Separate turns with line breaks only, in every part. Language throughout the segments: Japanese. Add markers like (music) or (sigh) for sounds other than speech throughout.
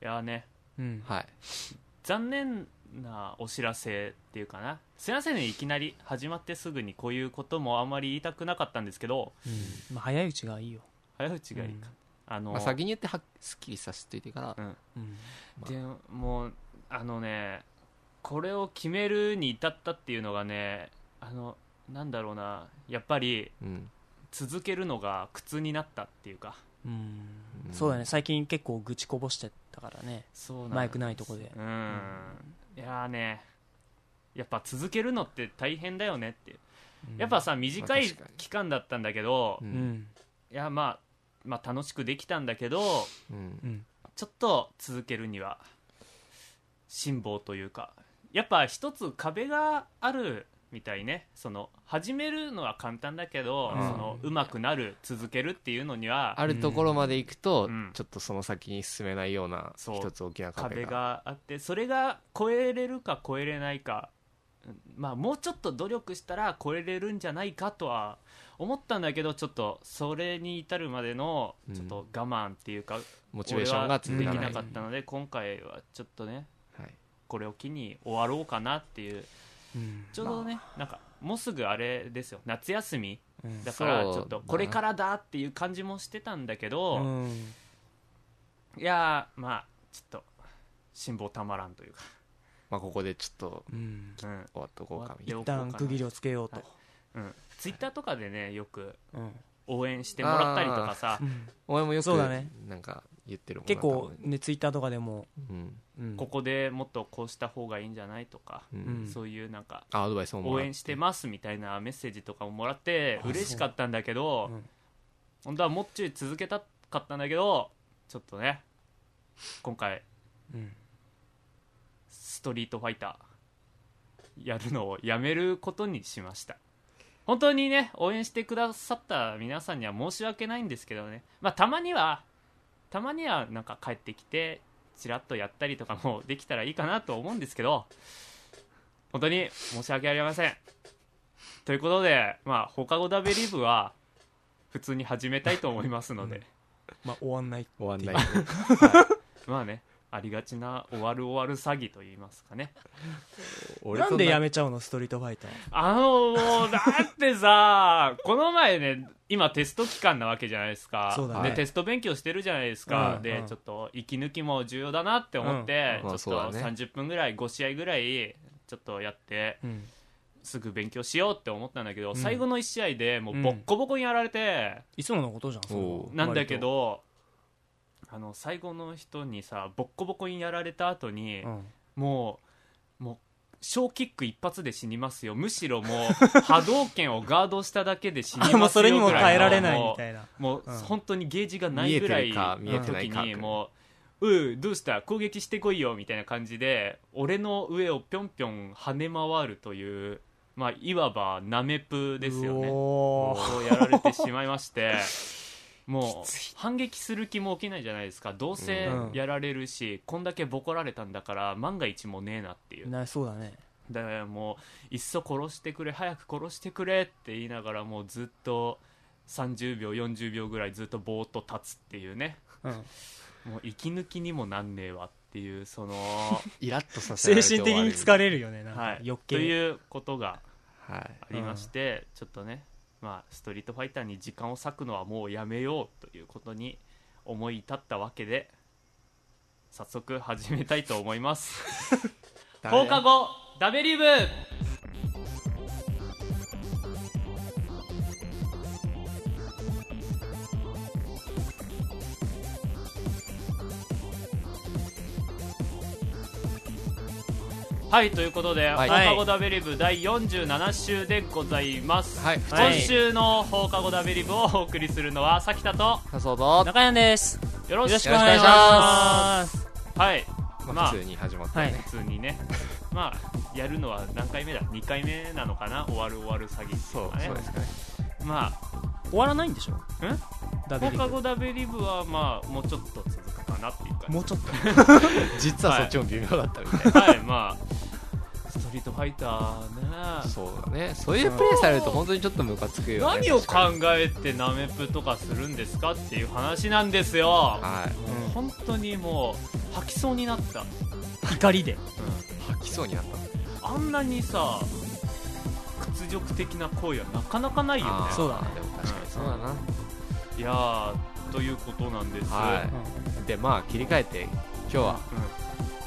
やーね、うん、
はい
残念なお知らせっていうかなすいませんねいきなり始まってすぐにこういうこともあんまり言いたくなかったんですけど
まあ、早いうちがいいよ、
早いうちがいいか、あの、
まあ、先に言ってはっすっきりさせていてから、
うん
うん
まあ
でもうあのねこれを決めるに至ったっていうのがねあのなんだろうなやっぱり
うん
続けるのが苦痛になったっていうか
うん
うん
そうだね最近結構愚痴こぼしてたからね
そうなん
マイクないとこで
うん、いやーねやっぱ続けるのって大変だよねっていうやっぱさ短い
確かに
期間だったんだけど、
う
うんん
いやまあまあ楽しくできたんだけど
うん
うん
ちょっと続けるには辛抱というかやっぱ一つ壁があるみたいねその始めるのは簡単だけど、
う
そ
ん
のうまくなる続けるっていうのには
あるところまで行くと、
うん
ちょっとその先に進めないような
そう
一つ大きな壁
壁
が
があってそれが超えれるか超えれないか、うんまあ、もうちょっと努力したら超えれるんじゃないかとは思ったんだけどちょっとそれに至るまでの
うん
ちょっと我慢っていうか、
モチベーションが続
で
か
き
ない
なかったので今回はちょっとね
はい
これを機に終わろうかなっていう
うん
ちょうどね、なんかもうすぐあれですよ夏休み
うん
だからち
そう
ょっとこれからだっていう感じもしてたんだけど、
うん
いやーまあちょっと辛抱たまらんと
(laughs)
いうか、
まあ、ここでちょっと
うん
うん
終わっとこうかみたい
終わ
な
っ
一旦区切りをつけようと
はいうん、ツイッターとかでねよく
うん
応援してもらったりとかさ
うん
お前もよく
そうだね
なんか言ってるもんな
結構、ねツイッターとかでも
多分うん
うん
ここでもっとこうした方がいいんじゃないとか、
うん
うん
そういうなんか
あアドバイスをも
応
らって
援してますみたいなメッセージとかももらって
あ
嬉しかったんだけど、
そううん
本当はもっちょい続けたかったんだけどちょっとね今回
うん
ストリートファイターやるのをやめることにしました本当にね応援してくださった皆さんには申し訳ないんですけどねまあたまにはたまにはなんか帰ってきてチラッとやったりとかもできたらいいかなと思うんですけど本当に申し訳ありませんということでまあ放課後ダベリーブは普通に始めたいと思いますので、
まあ終わんない
終わんな
(laughs)
いよね
まあねありがちな終わる終わる詐欺と言いますかね
俺と
なんでやめちゃうのストリートファイター
あのもうだってさこの前ね今テスト期間なわけじゃないですか
そうだ
ね
でテスト勉強してるじゃないですか、
うん
で、
うん
ちょっと息抜きも重要だなって思って、
うんまあ
ち
そ
ょ
う
っ
だ
と
ね
30分ぐらい5試合ぐらいちょっとやって
うん
すぐ勉強しようって思ったんだけど、
ん
最後の1試合でもううんボッコボコにやられて、
いつものことじゃんそれは
おう
なんだけどあの最後の人にさボッコボコにやられた後に、
割とうん
もう、もう、小キック一発で死にますよ。むしろも
(laughs)
う、波動拳をガードしただけで死にます
あ
よ。
もうそれにも耐えられな
ぐ
いみ
ら
た
の
いな
もう、
うん
本当にゲージがないぐらいの
見えてない
時
か
に、もう、うう、どうした攻撃してこいよみたいな感じで、俺の上をぴょんぴょん跳ね回るという、まあ、いわば、ナメプですよね。
おー
そうやられてしまいま
(laughs)
して、もう反撃する気も起きないじゃないですか、どうせ
うん
やられるし、こんだけボコられたんだから、万が一もねえなっていう、
なそうだね
だからもう、いっそ殺してくれ、早く殺してくれって言いながら、もうずっと30秒、40秒ぐらいずっとぼーっと立つっていうね、
うん
もう息抜きにもなんねえわっていう、そ
(laughs)
の、
イラッとさせら
精
れて
神
終わる
的に疲れるよねなんか
はい、
余
と
計
いうことが
はい
ありまして、ちょっとね、まあ、ストリートファイターに時間を割くのはもうやめようということに思い至ったわけで早速始めたいと思います放課後ダベリブはいということで、
はい
放課後ダベリブ第47週でございます、
はい
今週の放課後ダベリブをお送りするのはさきたと
さそうぞ
中山です
よろ
よろ
し
し
く
く
お
お
願
願
い
い
し
し
ま
ますす
はい
まあ普通に始まったよね、
普通にねまあやるのは何回目だ2回目なのかな終わる終わる詐欺
そう
ってい
そ
のが
うで
ね
すかね
ま
終わらないんでしょ
あん
ダブ
放
リ
課後ダベリブはまあもうちょっと続くかなっていう感じ
もうちょっと
実はそっちも微妙だったみたい
はいまあストリートファイター
な
ね
そうだねそういうプレイされると本当にちょっとムカつくよね
何を
確か
考えてナメプとかするんですかっていう話なんですよ
にはい
本当にもう吐きそうになった、
怒りで
吐きそうになった
あんなにさ屈辱的な行為はなかなかないよ
あ
ね
ー
そうだね
でも確かにそうだな、
いやーということなんです、
はでまあ切り替えて今日は
うん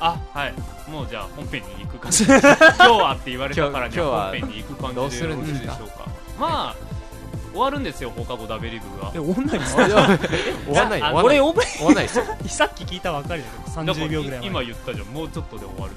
あはいもうじゃあ本編に行く
(laughs)
感じ今日はって言われたからには本
今日
編に行く感じで
どうするんですか
よろしいでしょうかまあ終わるんですよ放課後ダベリブが
え終わんないです
(laughs) 終わらない終わらない
あ
終
俺オープ
わらないですよ
ニングさっき聞いたばっかりだけど30秒ぐらい前
今言ったじゃんもうちょっとで終わる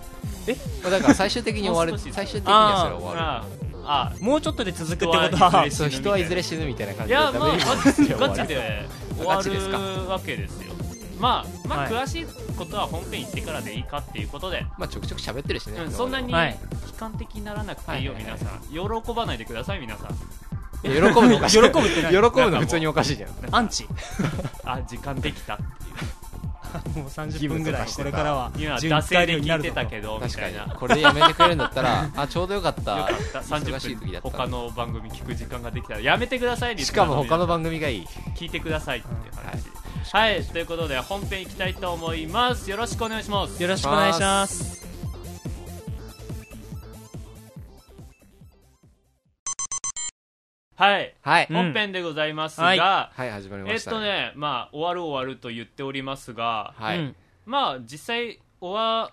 だから最終的に終わ
もう
る
少し
最終的にはそれは終わ
あーあ
もうちょっとで続くってことは
ー
るそう人はいずれ死ぬみたいな
ー
感
い
じで
やまあガチでガチ
で
で終
ガチですか
わるわけですよまあまあ、
はい
詳しいことは本編行ってからでいいかっていうことで、
まあちょくちょく喋ってるしね
うん、そんなに
はい
悲観的にならなくていいよ、
はいはいはい
皆さん喜ばないでください皆さん
喜ぶのおかしい喜ぶ
って何
の普通におかしいじゃん
(laughs) アンチ
あ時間できた
もう30分ぐらいこれからは
今
巡
惰性
回
で
量にな
聞いて
ると
たけどみ
確
た
か
い
に
な
これでやめてくれるんだったらあちょうどよかっ
よ
た
かった
忙しい
30
時だ
分
った
他の番組聞く時間ができたらやめてくださいリ
し
スナ
か
ーの
も
皆さ
他
ん
の番組がいい
聞いてくださいっていう話はい、ということで本編いきたいと思いますよろしくお願いします
よろしくお願いします
はい、
はい
うん
本編でございますが、
はい
はい始まりま
えっ
した
とねまあ終わる終わると言っておりますが
は
う
い
ん
まあ実際終わ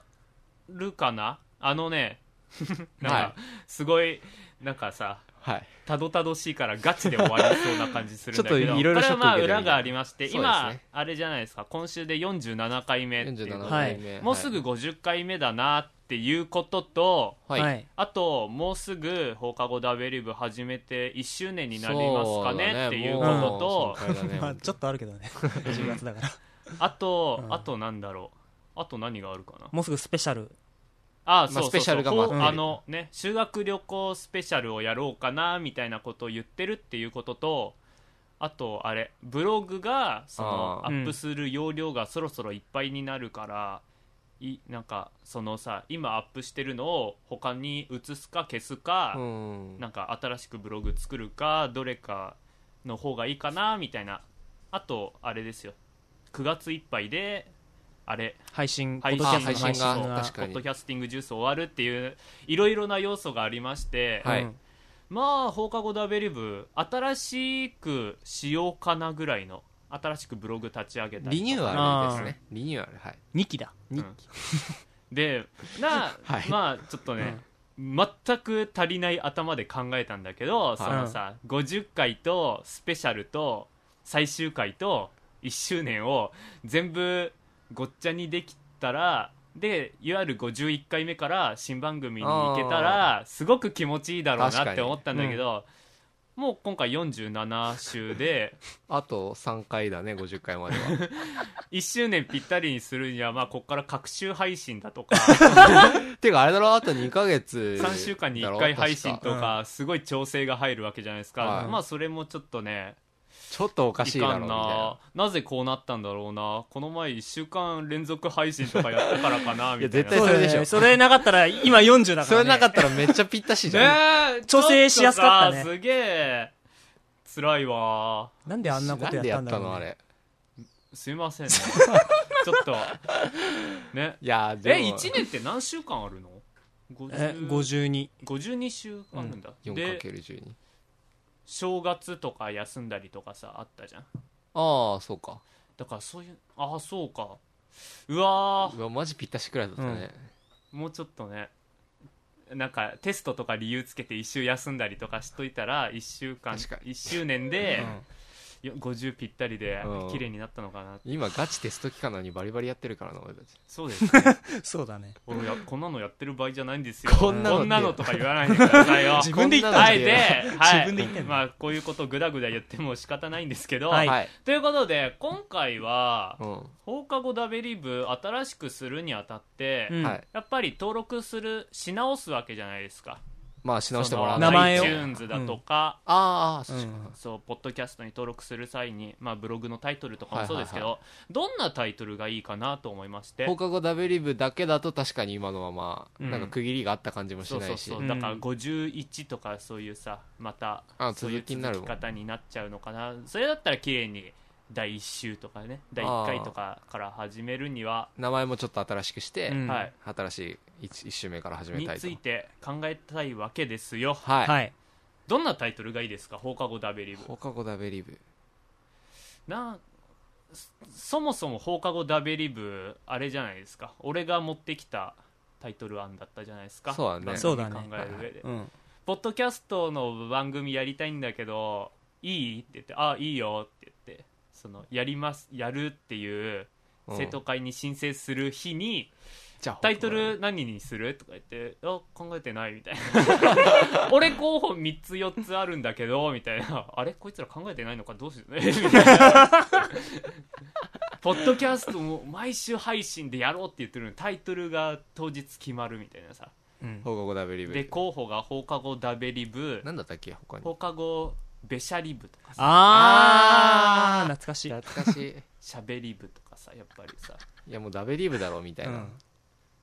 るかなあのね (laughs) なんか、
はい
すごいなんかさ
はい
たどたどしいからガチで終わりそうな感じするんだけど
ちょっといろいろ
これはまあ
ショック受けて
裏
る
がありまして
そうですね
今、あれじゃないですか今週で47回目っていう
47
こ
回目
ともうすぐ50回目だなっていうことと、
はいはい
あともうすぐ放課後ダベリブ始めて1周年になりますかねっていうことと、
そうだねもう
まあちょっとあるけど
(laughs)
ね10月だから
あと、
うん
あとなんだろうあと何があるかな
もうすぐスペシャル
ああそうそうそう
スペシャルが待って
こう
る
あのね修学旅行スペシャルをやろうかなみたいなことを言ってるっていうこととあとあれブログがその
あ
ア
ー
ップする容量がそろそろいっぱいになるから、いなんかそのさ今アップしてるのを他に移すか消すか、
うん
なんか新しくブログ作るかどれかの方がいいかなみたいなあとあれですよ9月いっぱいであれ
配信
配信
ポッドキャスト
配信が
の配
確
ポ
かに
ッドキャスティングジュース終わるっていういろいろな要素がありまして、
はい
うん
まあ放課後ダベリブ新しくしようかなぐらいの新しくブログ立ち上げたり
リニュ
ア
ーアルですねリニューアルはい
2期だ
に
でな、
(laughs) はい
まあちょっとね、全く足りない頭で考えたんだけど、そのさ50回とスペシャルと最終回と1周年を全部ごっちゃにできたらでいわゆる51回目から新番組に行けたらすごく気持ちいいだろうなって思ったんだけど、もう今回47週で
あと3回だね50回までは (laughs)
1周年ぴったりにするにはまあここから各週配信だと
(laughs)
か。
てかあれだろあと2
(laughs)
ヶ月
3週間に1回配信
だろ
と
確
かすごい調整が入るわけじゃないですか、
はい
まあそれもちょっとね
確かちょっとおかしいだろうみたい
な
な
なぜこうなったんだろうなこの前1週間連続配信とかやったからかなみたいな
絶対それでしょ
うだねそれなかったら今40だからね
それなかったらめっちゃぴったしじゃん
ねえ
調整しやすかった
ちょ
ね
とさすげえ辛いわ
なんであんなこと
なんで
や
や
った
っ
んだろ
た
うね
のあれ
すいませんねちょっとね
いや
え1年って何週間あるの
え
50
52
52週間あるんだ、で
4×12
正月とか休んだりとかさあったじゃん
ああそうか
だからそういうああそうかうわ
うわマジぴったしくらいだったね
ーもうちょっとねなんかテストとか理由つけて1週休んだりとかしといたら1週間
確かに
1周年で、よ50ぴったりで
うん
綺麗になったのかな、
今ガチテスト期間なのにバリバリやってるからな俺たち
そう
(laughs)
ですね
そうだね
俺やこんなのやってる場合じゃないんですよ
こんなのって
とか言わないでくださいよ
(laughs) 自分で言った
あえて、はい、
自分で言ってんの
まあこういうことグダグダ言っても仕方ないんですけど、
はい
はい
ということで今回は
うん
放課後ダベリブ新しくするにあたって、
うん
はい
やっぱり登録するし直すわけじゃないですか
まあし直してもらわ
う
ない
名前を
iTunes だとか、
ああそう
うん
そうポッドキャストに登録する際に、まあ、ブログのタイトルとか
は
も
い
そうですけど、どんなタイトルがいいかなと思いまして
放課後ダベリブだけだと確かに今のまま
うん
なんか区切りがあった感じもし
そう
な
そう
いし
そう、
うん
だから51とかそういうさまた
あ
そういう
続きになるもん
続き方になっちゃうのかなそれだったら綺麗に第1週とかね第1回とかから始めるには
名前もちょっと新しくして、
うん
はい
新しい 1, 週目から始め
に
たいと
ついて考えたいわけですよ
はい、
はい
どんなタイトルがいいですか放課後ダベリブ
放課後ダベリブ
なんそそもそも放課後ダベリブあれじゃないですか俺が持ってきたタイトル案だったじゃないですか
そうだ
番
ね
組
そうだね
考える上で
うん
ポッドキャストの番組やりたいんだけどいいって言って「あいいよ」って言ってそのやりますやるっていう
うん
生徒会に申請する日に、
じゃあ
タイトル何にするとか言って「あ考えてない」みたい
(laughs)
な「俺候補3つ4つあるんだけど」みたいな「あれこいつら考えてないのかどう
(laughs)
しようね」みたいな (laughs) ポッドキャストも毎週配信でやろうって言ってるのにタイトルが当日決まるみたいなさ
うん
放課後ダベリ
で
ブ
候補が放課後ダベリブ
なんだったっけ他に
放課後べしゃり部とかさ
あ
あー
ー懐かしい
懐かしい
しゃべり部とかさやっぱりさ
いやもうダベリブだろみたいな、
うん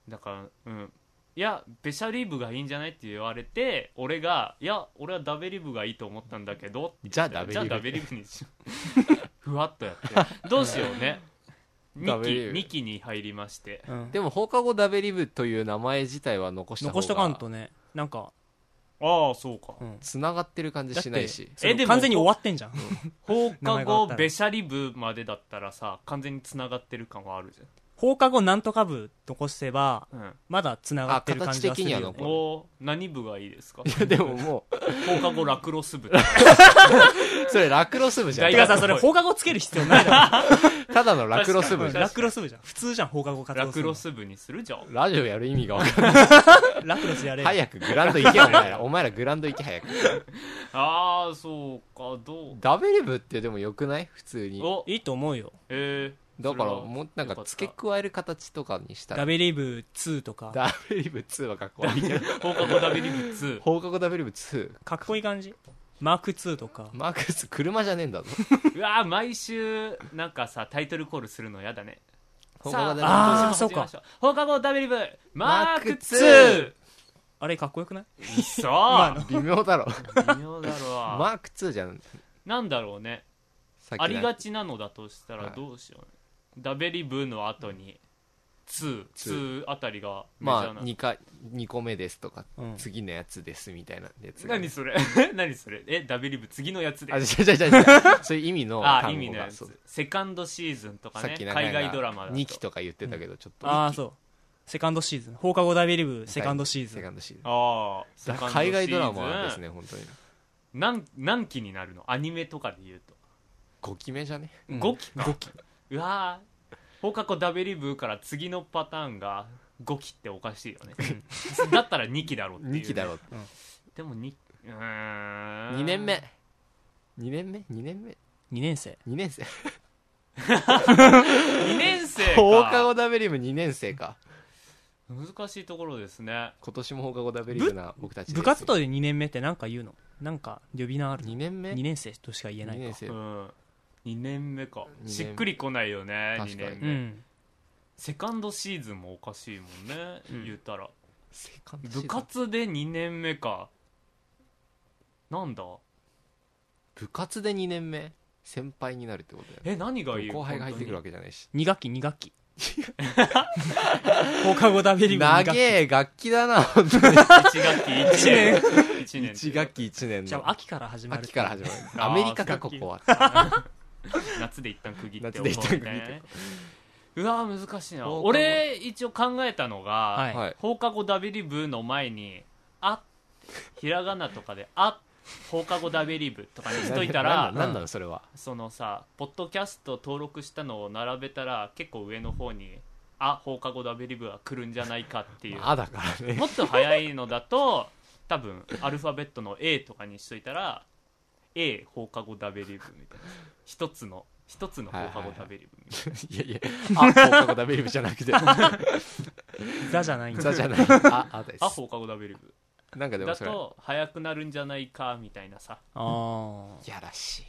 だからうんいやべしゃり部がいいんじゃないって言われて俺がいや俺はダベリ部がいいと思ったんだけど
じゃあダベリ
じゃあ
ブ
ダベリ部にしよ
(laughs)
うふわっとやってどうしようね
ダベ
2
リ
期
部
二期に入りまして
うん
でも放課後ダベリブという名前自体は残した方が
残しとかんとねなんか
ああそうか
うん
つながってる感じしないし
それ
えでも
完全に終わってんじゃん
放
名
課
前が変
後
わったら
べしゃり部までだったらさ完全につながってる感はあるじ
放課後なんとか部残せば
ゃん、うん、
まだつながってる感じがするよ、
あ形的には
ね
残、
おー何部がいい
(laughs)
ですか
いやでももう
放課後ラクロス
(laughs)
部
それラクロス部じゃん
大
て
学
かさそれ放課後つける必要
(laughs)
ないだ
ただのラクロス
う
部
ん
ろ
確か
ラクロス部じゃん普通じゃん放課後活
ラ
動す
ク
るの
ロス部にするじゃん
ラジオやる意味が分かん
ラクロスやれ
ない早くグラウンド行けよお前らお前らグラウンド行け早く
ああそうかどう
ダベリブってでもよくない普通に
お
いいと思うよ
えー、
だから
それは
もうなん
よか
か
った
付け加える形とかにした
ダ
ら
ベリブ2とか
ダベリブ2はかっこ悪いけど
放課後ダビリブ2
放課後ダベリブ2
かっこいい感じマーク2とか
マークス車じゃねえんだぞ
(laughs) うわー毎週なんかさタイトルコールするのやだね
放課後
あ
ダ
ー
今週も始めましょ放課後ダビリブマ
マ
ー
ー
ク
ク
2!
あれかっこよくない
そう、
ベリブ微妙だろ
微妙だろう、
マーク2じゃん
なんだろうね
さっきの
ありがちなのだとしたら
はい
どうしよう、ねダベリブの後に22あたりがメジャー
ま
な、
あ2か二個目ですとか
うん
次のやつですみたいなやつが
何それ (laughs) 何それえダベリブ次のやつで
あ違う違う違う
(laughs)
違うそういう意味の
あ
単
意味
語
のや
が
つ
そう
セカンドシーズンとか
さ
ね
っき長い
海外ドラマだと
2期とか言ってたけどちょっと
ああそうセカンドシーズン放課後ダビリブセカンドシーズ
セカ
ン
ンドシーズン
ああセカンドシーズン
海外ドラマですね本当に
何何期になるのアニメとかで言うと
5期目じゃね
うん
5期か、うわー放課後ダベリブから次のパターンが5期っておかしいよ
(laughs)
ねだったら2期だろうっていう、ね、
2期だろ
でも 2, うーん
2年目2年目2年目
2年生
2年生
2年生か
放課後ダベリブ2年生か
難しいところですね
今年も放課後ダベリブな僕たち
部活動で2年目ってなんか言うのなんか呼び名ある
2年目
2年生としか言えな
二
い
年
か
う
生
ん2年目か
二年目
しっくりこないよね
確
2
か
年
に
う
目、
ん
セカンドシーズンもおかしいもんね、
うん
言ったら
セカンドシーズン
部活で2年目かなんだ
部活で2年目先輩になるってことだよね
え何がいい
後輩が入ってくるわけじゃないし
2学期2学期 (laughs) 放課後ダビリブ2
長
学期
え楽器だな本当に
1学期1年一年
1学期1年
じゃ
の
あ秋から始まる
秋から始まる
あー
アメリカかここは
夏で一旦区切って
夏で一旦区切って
おこうみたいなねうわー難しいな
放課後
俺一応考えたのが、
はい
はい
放課後ダベリブの前に「あ」ひらがなとかで「あ」放課後ダベリブとかにしといたら
何なのそれは
そのさポッドキャスト登録したのを並べたら結構上の方に「あ放課後ダベリブ」が来るんじゃないかっていう
まあだからね
もっと早いのだと多分アルファベットの A とかにしといたら A 放課後ダベリブみたいな一つの一つの放課後ダベリブみたい
いやいやあ放課後ダベリブじゃ
(laughs)
なくて
ザじゃないんだ
ザじゃないああで
な、あ
す
放課後ダベリブ
なんかでも
だ
それ
と早くなるんじゃないかみたいなさ
あ
やらしい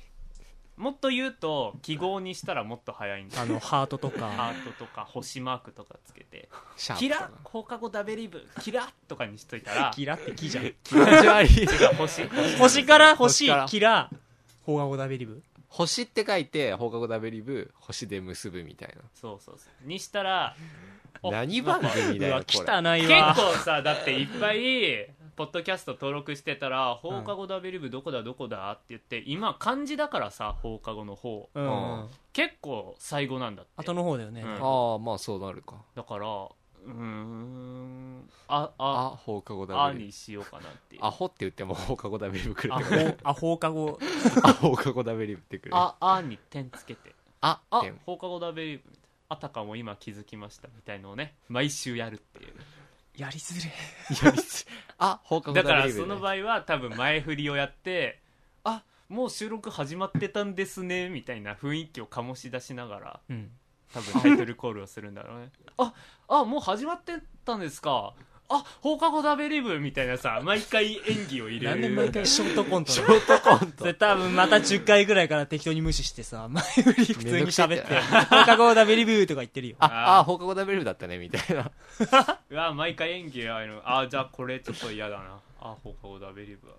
もっと言うと記号にしたらもっと早いんだ
ああのハートと
ハ
か
ートとか星マークとかつけて
シャ
キ
ープだ
ラ
な
放課後ダベリブキラとかにしといたら
キラってキじゃん
気持ち悪い
違う星
星から星
星から
キラ放課後ダビリブ
星って書いて放課後ダベリブ星で結ぶみたい
そうそうそうにしたら
な
お
何番組だ
う
よ
わ
こ
汚
れ
い
結
わ
構さだっていっぱいポッドキャスト登録してたら「放課後ダベリブどこだどこだ?」って言って今漢字だからさ放課後の方
うんうん
結構最後なんだって
後の方だよね、
うん
ああまあそうなるか
だからうーんああ
あ放課後
あ
ダベリ
に
ブ
しようかなっていう
アホって言っても放課後ダベリブくれ
あ
て
ほうあ放課後
あ放課後ダベリブってくれる
ああに点つけて
あ
あ
って
放課後ダベリブみたいなあたかも今気づきましたみたいのをね毎週やるっていう
やりづれ
あ放課後
だか
ダベ
ら
リブ
そ
ね
の場合は多分前振りをやってあもう収録始まってたんですねみたいな雰囲気を醸し出しながら
うん
多分タイトルコールをするんだろうねああもう始まってたんですかあ放課後ダベリブみたいなさ毎回演技を入れ
なんで
る
毎回ショートコントな
ショ
の
ートコン
そ
ト
れ多分また10回ぐらいから適当に無視してさ前振り普通に喋って放課後ダベリブーとか言ってるよ
(laughs) ああ放課後ダベリブだったねみたいな
うわ毎回演技あるのあじゃあこれちょっと嫌だなあ放課後ダベリブは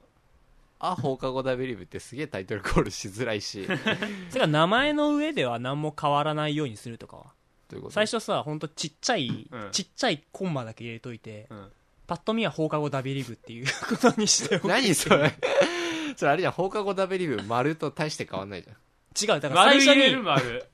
あ放課後ダベリブってすげえタイトルコールしづらい
(laughs)
し
それから名前の上では何も変わらないようにするとかは
ということで
最初さほんとちっちゃい、
うん
ちっちゃいコンマだけ入れといて、
うん
パッと見は放課後ダビリブっていうことにしておく
(laughs) 何それそれあれじゃん放課後ダベリブ丸と大して変わんないじゃん
違うだから最
丸
初
入れる
に
丸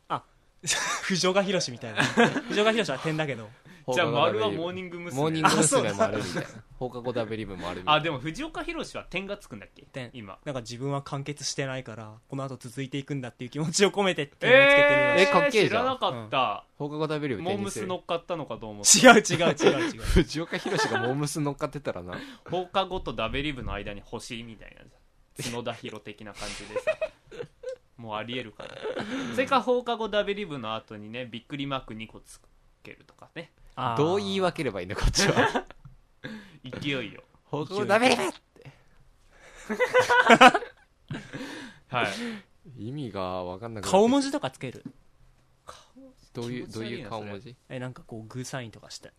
藤岡弘みたいな (laughs) 藤岡弘は点だけど
放
じゃ
課
あ
後ダ
丸
ベリブ
はモーニング娘。
モーニング娘。もあるみ
(laughs)
たいな放課後ダベリブもあるみたい
あ
な
でも藤岡弘は点がつくんだっけ
点
今
なんか自分は完結してないからこの後続いていくんだっていう気持ちを込めてっていうのをつけてるら
え
え
ー、
かっけえじゃん
知らなかった、
放課後ダベリブ
モー
点
ム
にす
ス
る
乗っかったのかと思って
違う違う違う違う
藤岡弘がモームス乗っかってたらな
(laughs) 放課後とダベリブの間に星みたいなさ角田博的な感じで (laughs) さもうありえるからそれから放課後ダベリブの後にねびっくりマーク2個つけるとかね
(laughs) あー
どう言い分ければいいのこっち
(laughs)
は
勢いよ
放課後ダベリブ
はい
意味が分かんなくなって
顔文字とかつける
どういう
気
ど
持ち悪
う
いな
いう顔文字
えなんかこうグーサインとかして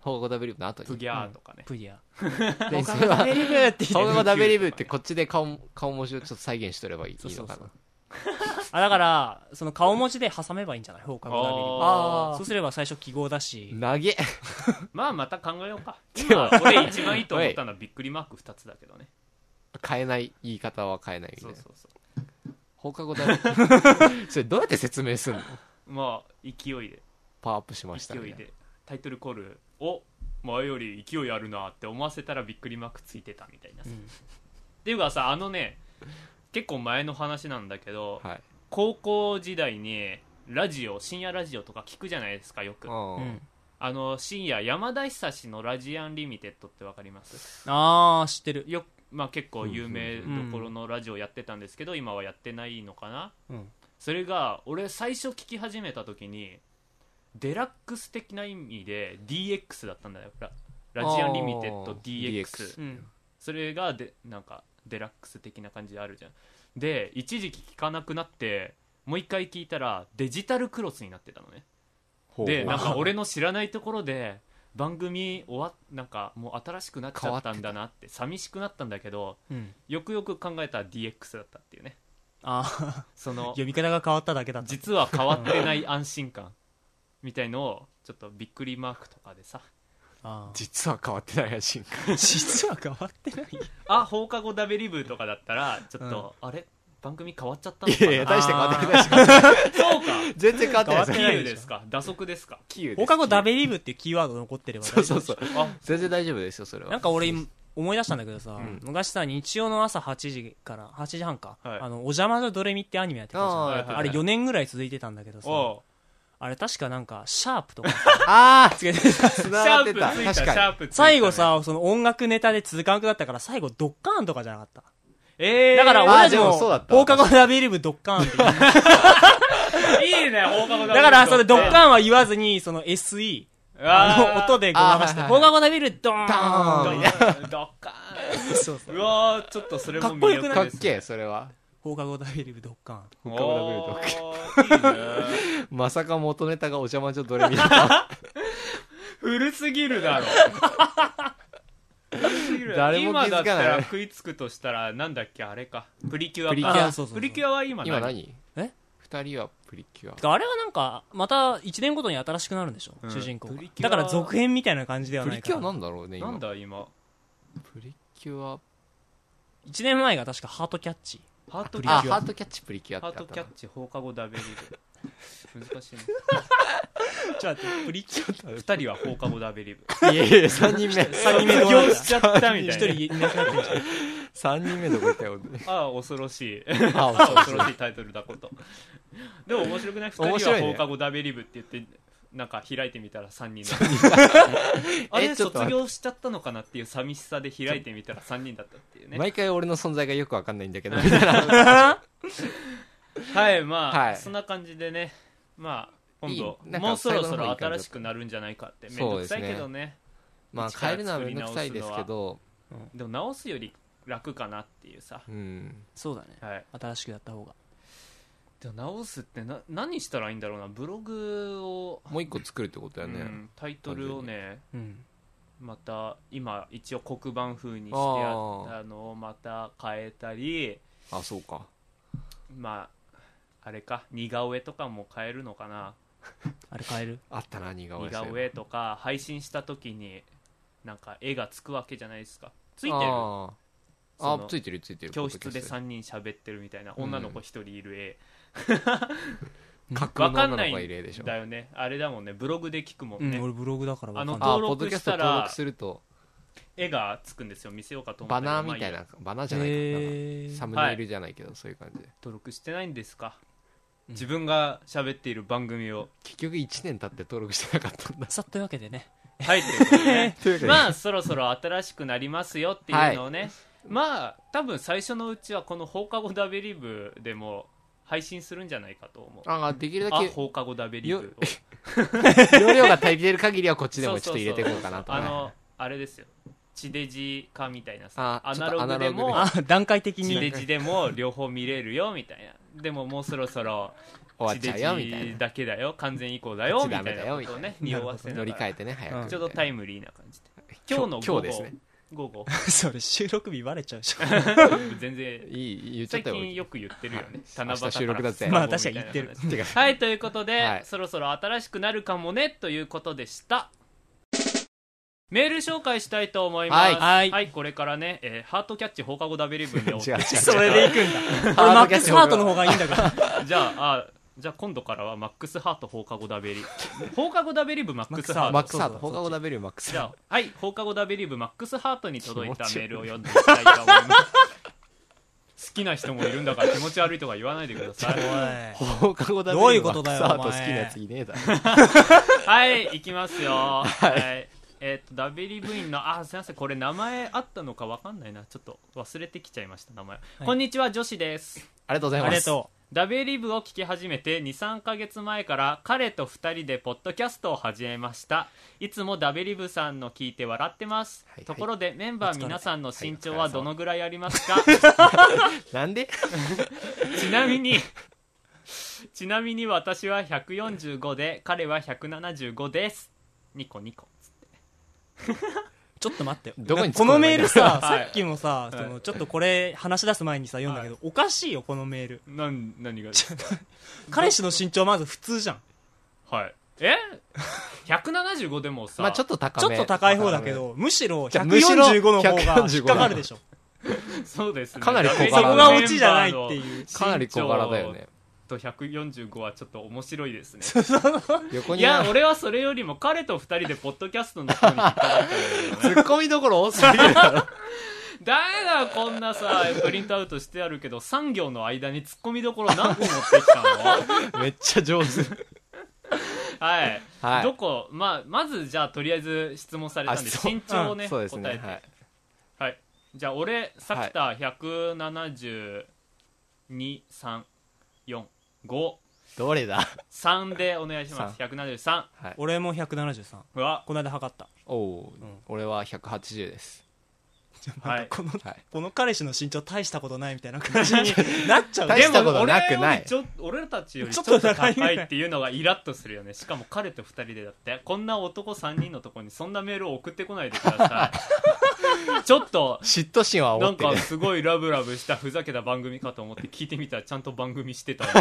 放課後ダベリブの後
プ
に
ギャーとかね、
プリア (laughs)
でそれ
ダ
は
ビリブって
放
言って
課後ダベリブってこっちで顔顔文字をちょっと再現しとればいい
そう
いい
そ
の
う
か
そ
な
うあだからその顔文字で挟めばいいんじゃない放課後ダビリブ
あー
そうすれば最初記号だし
投げ
まあまた考えよう (laughs) か今俺一番いいと思ったのはびっくりマーク2つだけどね
変えない言い方は変えないみた
そ
いうな
そうそう
放課後 (laughs) ダベリブそれどうやって説明すんの
まあ勢いで
パワーアップしました
勢
み
い
たいな
でタイトルコールを前より勢いあるなって思わせたらびっくりマークついてたみたいなさ、
うん
っていうかさあのね結構前の話なんだけど、
はい
高校時代にラジオ深夜ラジオとか聞くじゃないですかよくあ
う
うん
ん
の深夜山田久志の「ラジアンリミテッド」ってわかります
ああ知ってる
よ、まあ、結構有名どころのラジオやってたんですけど、今はやってないのかな
うん
それが俺最初聞き始めた時にデラックス的な意味で DX だったんだよララジアンリミテッド
あー
DX,
DX
うん
それがでなんかデラックス的な感じであるじゃんで一時期聞かなくなってもう一回聞いたらデジタルクロスになってたのね
ほう
でなんか俺の知らないところで番組終わなんかもう新しくなっちゃったんだなって寂しくなったんだけど
うん
よくよく考えたら DX だったっていうね
あ
そ
あ
の
(laughs) 読み方が変わっただけだった
実は変わってない安心感みたいのをちょっとびっくりマークとかでさ
あー
実は変わってないらしいんか
(laughs) 実は変わってない
あ放課後ダベリブーとかだったらちょっと、あれ番組変わっちゃったの
い
か
や
ない
(laughs) や大して変わってない大して変わってない
そうか
全然変わってな
変
い
わって
キ
ない
ユですか打足ですか
キユです
放課後ダベリブっていうキーワード残ってれば大
そう
丈
そ
夫
うそう
あ
全然大丈夫ですよそれは
なんか俺今思い出したんだけどさ、
ん
昔さ日曜の朝8時から8時半か、
はい
あのお邪魔女ドレミってアニメやってたじゃん
あ
あ,、
ー
やってた
れ4年ぐらい続いてたんだけどさ
おう
あれ確かなんかシャープと
(laughs)
か
(laughs) ああ
つけてた
つ
シ
なが
ャ
って
ープ
た
ついたシ
確
ャ
か
ー
に
プついたね
最後さその音楽ネタで続かなくなったから最後ドッカーンとかじゃなかった
えー、
だから
あー
俺たち
で
も
もそうだった
放課後ダビリブドッカーンって言う
いいね放課後ダ
だからそれドッ
ン
カーンは言わずにその SE あの音
で
でごまかして
あーは
放
いはい
課後ダビリブドーン
ドーン
ドッカ
そう
ー
そ
ン
う
うわーちょっとそれも魅力です
かっけえそれは
放課後ダビリブドッカーン
放課後ダベリブと
おーいいね
まさか元ネタがお邪魔女ドレミだった
古すぎるだろぎる
誰も気
今だ
づ
っ
か
た
ない
ら食いつくとしたらなんだっけあれかプリキュアか
プリキュ
ああそうそうそう
プリキュアは今
(laughs) 今
何
何
え
二人はプリキュア
てかあれはなんかまた1年ごとに新しくなるんでしょ、
うん
主人公が
プリキュア
だから続編みたいな感じでは
プ
な
リ
い
キ
か
ュアな
ら
んだろうね今
なんだ今
プリキュア
1年前が確かハートキャッチ
ハートキ
プリ
ャ
あ
ッチ
ハートキャッチプリキュアって
ハ
あ
ー
った
ト
な
キャッチ放課後ダベリブ難
(laughs)
しいね
ちょっと待ってプリキュア
2人は放課後ダベ
(laughs)
リブ
いやいや3人目
3人目
卒
どうな
業
っ
しちゃったみ
1
たいな
人いなくなってるじゃん
3人目どこ行ったよね
ああ恐ろしい
(laughs)
(laughs)
あ
恐ろしいタイトルだことでも面白くない2
面
人
白
はい
ね
放課後ダベリブって言ってなんか開いてみたら3人だった (laughs) あ
え
れ
ちょっ
卒
と待って
業しちゃったのかなっていう寂しさで開いてみたら3人だったっていうね
毎回俺の存在がよくわかんないんだけどみたいな
はいまあ、
はい
そんな感じでねまあ今度
いいなんか
もうそろそ
最後
ろ
の方いい感じだった
新しくなるんじゃないかってめん
そ
ど
うで
く
す
さ
ね
いけどね
(laughs) まあ変えるのはめんどくさいですけど
でも直すより楽かなっていうさ、
うん
そうだね
はい、
新しくやった方が
でも直すってな何したらいいんだろうなブログを、
もう一個作るってことだよ
う
ね
んタイトルをね
うん
また今一応黒板風にしてあったのをまた変えたり
あそうか
まああれか似顔絵とかも変えるのかな
あれ変える
あったな似顔
似
絵そういえば
顔絵とか配信した時になんか絵がつくわけじゃないですかついてる
あー
そ
あ
の
ついてるついてる
教室で
さ
3人喋ってるみたいな女の子1人いる絵、
架空
わ
の
かんな
女の
い
子がいる絵でしょ
んだよねあれだもんねブログで聞くも
うん
ね、
ん、俺ブログだからわかん
あ
ない
あー
登録
ポッドキャスト登録すると
絵がつくんですよ見せようかと思
バ
ったけど
ナーみたい
まあ
なバナーじゃないかななんか
へー
サムネイルじゃないけどそういう感じで
登録してないんですか、
うん
自分が喋っている番組を
結局1年経って登録してなかったんだ
さあというわけでね
はいということでね
(laughs) というわけで
まあそろそろ新しくなりますよっていうのをね、まあ多分最初のうちはこの放課後ダベリブでも配信するんじゃないかと思うあ
あーできるだけ
放課後ダベリブを
よ (laughs) 容量が足りてる限りはこっちでもちょっと入れていこうかなと
あのあれですよ地デジ化みたいなさ
あ
ア
ちょ
ナ
っと
ログでも
あ段階的
地デ
に
ジでも両方見れるよみたいなでももうそろそろ
終わっ
地
ち
デ
ゃうよみたい
ジだけだよ完全移行だよ
こっ
み
ち
た
ダ
い
メだ
な
よ
ことをね
みたいな
匂わせ
な
な
乗
が
り換
ら
えてね早
うん
く
ちょうどタイムリーな感じで今日の午
今
後
日ですね
午
(laughs)
後
それ収録日バレちゃうじゃん
全然
いい言っちゃっ
最
たよ
近よく言ってるよね
明日収録だぜ
まあ確かに言ってる
てか
(laughs) はいということで、
はい
そろそろ新しくなるかもねということでしたメール紹介したいと思います
はい
これからね、えーハートキャッチ放課後ダベリブン
(laughs)
でお
違う違う
それでいくんだ俺マックスハートの方がいいんだから
じゃああじゃあ今度からはマックスハート放課後ダベリ放課後ダベリブマックスハート
マックスハート
そ
放
うそうそう
課後 W マックス
じゃ
ハ
あはい放課後ダベリブマックスハートに届いた
気持ち
メールを読んでいきたいと思います好きな人もいるんだから気持ち悪いとか言わないでください
ート放課後 W
どういうことだよ
マックスハート
お
好
前
きなやついねえだろ
はい行きますよはい、えっとダベリブ員のあすいませんこれ名前あったのかわかんないなちょっと忘れてきちゃいました名前、
い
こんにちは女子です
ありがとうござい
あ
ます
りがと
ダベリブを聞き始めて23ヶ月前から彼と2人でポッドキャストを始めましたいつもダベリブさんの聞いて笑ってます、
はいはい
ところでメンバー皆さんの身長はどのぐらいあります
(laughs)
か、
なんで
ちなみにちなみに私は145で彼は175ですニコニコ
うちょっと待ってよ
どこに突っ込
こ
んだ
の
んだ
メールさ
はい
さっきもさ
い
そのちょっとこれ話し出す前にさ読んだけどおかしいよこのメール
なん何が
彼氏の身長まず普通じゃん
はいえ175でもさ、
まあちょっと高
ちょ
め
っと高い方だけどむしろ
じゃあむしろ
145の方が引っかかるでしょ
そうですね
かなり
ダ
小柄
ベリ
そ
ブ
こ
だね
がオチじゃないっていう
高かなり小柄だよね
と145はちょっと面白いですね
横
い
に
や
は
俺はそれよりも彼と2人でポッドキャストの方に引っかかってるんだ
ツ
よね
ッコミどころ多
(laughs)
すぎるだろ
誰だこんなさプリントアウトしてあるけど産業の間にツッコミどころ何個持ってきたの
めっちゃ上手
はい、
はい
どこ、まあ、まずじゃあとりあえず質問されたんで
あそう
身長をね,、
そうです
答え
ね
て、
は
はいいじゃあ俺さきた172345
どれだ
3でお願いします173
俺も173
うわ
この間測った
おお
ん
俺は180です
はい
なんかこの、
はい
この彼氏の身長大したことないみたいな感じに
(laughs)
なっちゃう
大
ね
したことなくない
でも俺よりちょ俺たちよりち
ち
ょ
ょ
っ
っ
と
と
高
高い
いっていうのがイラッとするよねしかも彼と二人でだってこんな男三人のとこにそんなメールを送ってこないでくださ
(laughs)
いちょっと
嫉妬心は
な
煽
ん
ってる
かすごいラブラブしたふざけた番組かと思って聞いてみたらちゃんと番組してたの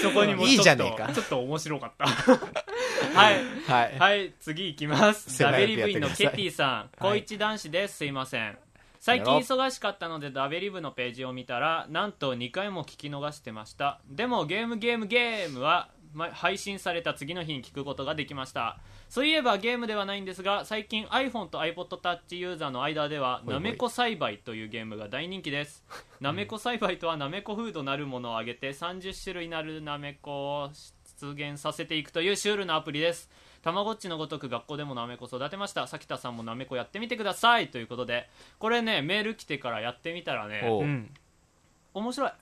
そこにも
い
ち
い
ょ
じ
っ
ゃ
と
ねえか
ちょっと面白かったはい
はい、
はい、次いきます。
狭
ダ
い
ベ
役
リ部員のケティさん、高一男子です。すいません。最近忙しかったのでダベリ部のページを見たら、なんと2回も聞き逃してました。でもゲームゲームゲームは、ま配信された次の日に聞くことができましたそういえばゲームではないんですが最近 iPhone と iPodTouch ユーザーの間では
ほい
なめこ栽培というゲームが大人気ですなめこ栽培とはなめこフードなるものをあげて30種類なるなめこを出現させていくというシュールなアプリですたまごっちのごとく学校でもなめこ育てましたさきたさんもなめこやってみてくださいということでこれねメール来てからやってみたらね
おう
うん
面白い
(laughs)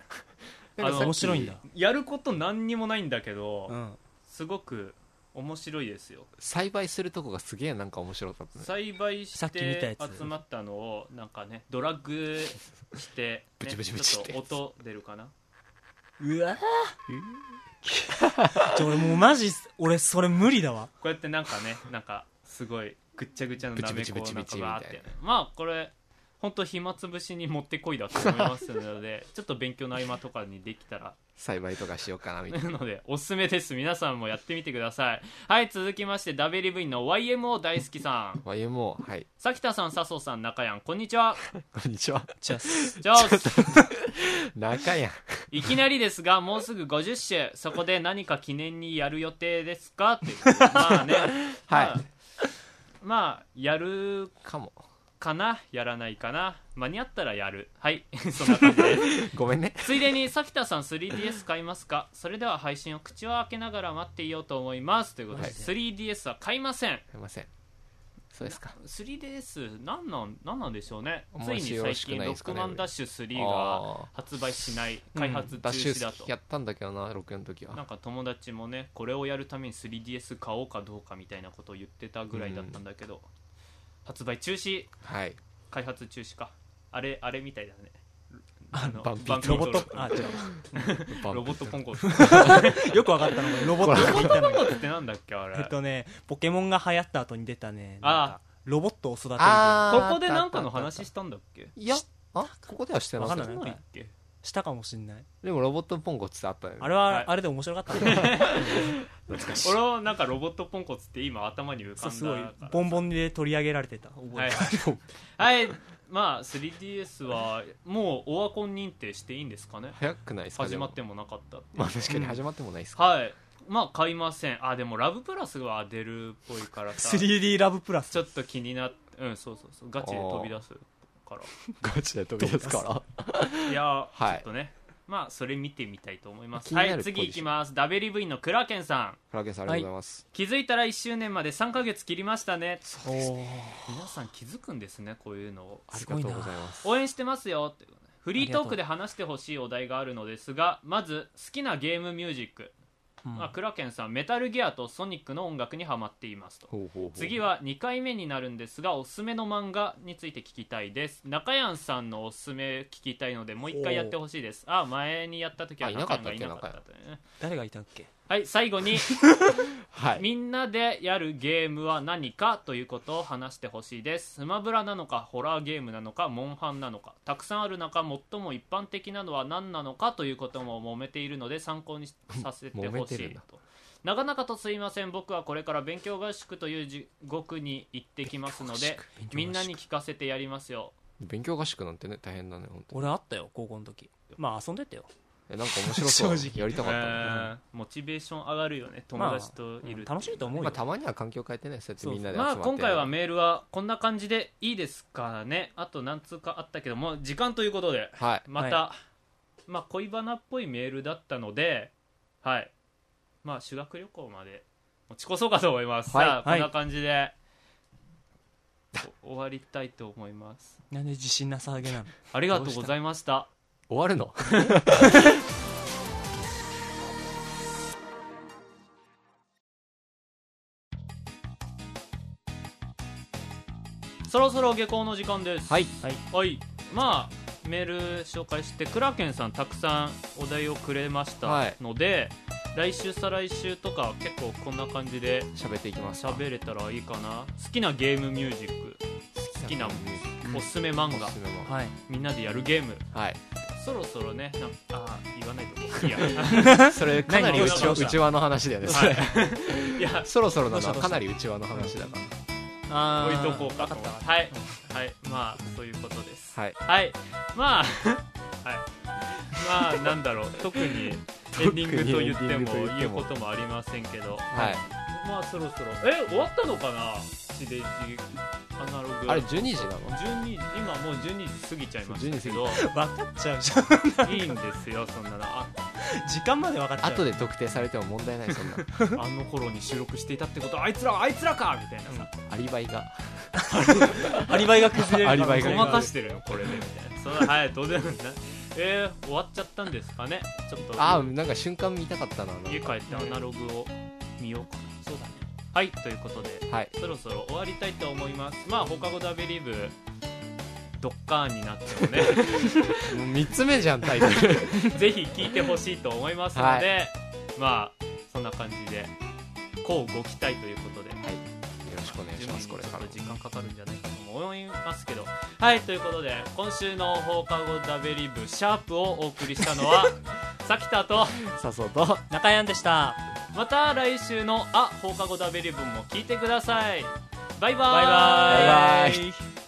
なん
あの
かさっき
面白いんだ
やること何にもないんだけど、
うん
すごく面白いですよ
栽培するとこがすげえなんか面白かったね
栽培し
さっき見た
て
やつ
集まったのをなんかねドラッグして、ね、
ブチブチブチって
ちょっと音出るかな
うわぁちょ俺もうマジ俺それ無理だわ
こうやってなんか (laughs) ねなんかすごいぐっちゃぐちゃのなめこをなんかバーっ
ブチブチブチブチみたい
て
な
まあこれ本当暇つぶしに持ってこいだと思いますの (laughs) でちょっと勉強の合間とかにできたら (laughs)
栽培とかしようかなみたい (laughs)
なのでおすすめです皆さんもやってみてくださいはい続きまして WV の YMO 大好きさん
な YMO はい
さきたさん笹生さん中やんこんにち (laughs) は
こんにちは
じゃあ
じゃあ
仲やん
いきなりですが、もうすぐ50周、そこで何か記念にやる予定ですかっていうことでま (laughs) あね、
はい
まあ、まあやる
かも
かな、やらないかな、間に合ったらやる、はい、 (laughs) そんな感じ
(laughs)
です。
ごめんね
ついでに、サフィタさん 3DS 買いますかそれでは配信を口を開けながら待っていようと思います。ということで、
はい
3DS は買いません。
すいませんそうですか
3DS、なんなん、なんなんでしょうね。つ
面
いに
白
最
しく
近、
ない
ロ
です
ック
かね
マンダッシュ3
あ
が発売しない、開発中
ダッシ
止だ
ュ
と。
やったんだけどな6の時
なん
は
か友達もねこれをやるために 3DS 買おうかどうかみたいなことを言ってたぐらいだったんだけど、発売中止
はい
開発中止かあれあれみたいだね
あ
あの
の
バンピ
バンピ
ロボット
ロ
あ違
バン
ロボットポンコツ
うよくわかったのがロボットがいたの
ロボ
よ
ットってなんだっけあれ
えっとねポケモンが流行った後に出たねなん
あ
かロボットを育てるゲーム
あー
ここでなんかの話
あっ
したんだっけ
たいやあここではしてなか
わ
った
かんない
そうだっけ
したかもしんない
でもロボットポンコツってあったよね
あれ
はい
はあれで面白かったね
(laughs)
懐かし
俺はなんかロボットポンコツって今頭に浮か
そ
んだ
うすごい
から
ボンボンで取り上げられてた覚
は
え
い
てる、
はいまあ 3DS はもうオワコン認定していいんですかね
早くないですか
始まっても
も
なかったっていう
まあ確かに始まってもないですか
はいまあ買いませんあでもラブプラスは出るっぽいからさち
3D ラブプラス
ょっと気になってうんそうそうそうガチで飛び出すか
ガチで飛び出すから
らいやー、
はい
ちょっとねまあそれ見てみたいと思います
気にな
は
る
い
ポジション
次いきます WV のクラケンさん
フラケンさんありがとうございます
気づいたら1周年まで3ヶ月切りましたね
おー
皆さん気づくんですねこういうのを
あ
は
り
い
がとうございます
応援してますよってフリートークで話してほしいお題があるのですがまず好きなゲームミュージック、
うん
まあ、クラケンさんメタルギアとソニックの音楽にハマっていますと
ほうほうほう
次は2回目になるんですがおすすめの漫画について聞きたいです中山さんのおすすめ聞きたいのでもう一回やってほしいですあ前にやった時は中山がいなかったというね
誰がいたっけ
はい最後に
はい
みんなでやるゲームは何かということを話してほしいですスマブラなのかホラーゲームなのかモンハンなのかたくさんある中最も一般的なのは何なのかということも揉めているので参考にさせてほ
(laughs) 揉め
してい
るん
と
だ
なかなかとすいません僕はこれから勉強合宿という地獄に行ってきますので
(laughs) 勉強合宿
みんなに聞かせてやりますよ
勉強合宿なんてね大変だね本当に
俺あったよ高校の時まあ遊んでたよ
えなんか面白そう
正直
やりたかった
え
もん
ーモチベーション上がるよね友達といるって
まあ楽しいと思う
まあ
よ
たまには環境変えてねそうやってみんなで集ま
ま
っ
あ
て
今回はメールはこんな感じでいいですかねあと何通かあったけどもう時間ということで
はい
また、まあ恋バナっぽいメールだったのではいまあ修学旅行まで持ち越そうかと思います、
はい
さあ
は
こん
い
な感じで、お終わりたいと思います
なんで自信なさげなの
ありがとうございました
終わるの
そろそろ下校の時間です
はい
はいまあメール紹介してクラケンさんたくさんお題をくれましたので、来週再来週とか結構こんな感じで
喋っていきますか
喋れたらいいかな好きなゲームミュージック、好きな
ミュージッ
うん
おすすめ漫
ク
画
おすすめも
はい
みんなでやるゲーム
はい
そろそろねなんあー言わないといいや
それかなり
何
う
どうし
ち
たど
わ
うした
内輪の話だよねそれ
はい (laughs) いや
(laughs) そろそろ
ど
な
うし
の
たどうした
はかなりうちわの話だか
あ
置い
ー
とこうかと
わった
はいはいまあそういうことです
らはい
はいまあはいまあなんだろう特にエンディングと言っても
特にエンディングと言っても
言うこともありませんけど
はい
まあそろそろえ終わったのかな地デジアナログ
あれ12時なの
12今もう12時過ぎちゃいましたけど
分かっちゃうじゃん (laughs)
いいんですよそんなのあ
時間まで分かっちゃう
後で特定されても問題ないそんな
あの頃に収録していたってことはあいつらあいつらかみたいなさ、
アリバイが
アリバイが崩れる
アリバイが
ご
ね
まかしてるよこれでみたいなそんなはい当然なえー、終わっちゃったんですかねちょっと
ああなんか瞬間見たかったななんか
家帰ってアナログを見ようかなそうだねはいということで
はい
そろそろ終わりたいと思いますまあ放課後ダビリブドッカーンになってもね
(laughs) もう3つ目じゃんタイトル
ぜひ聞いてほしいと思いますので、
は
まあそんな感じでこうご期待ということで
よろしくお願いしますこれから
ちょっと時間かかるんじゃないかと思いますけどはいということで今週の放課後ダベリブシャープをお送りしたの
(laughs)
はさきたと
さそうと
中山でした
また来週の「あ放課後ダベリブ」も聞いてくださいバイバーイ
バイバ
バイバ
イ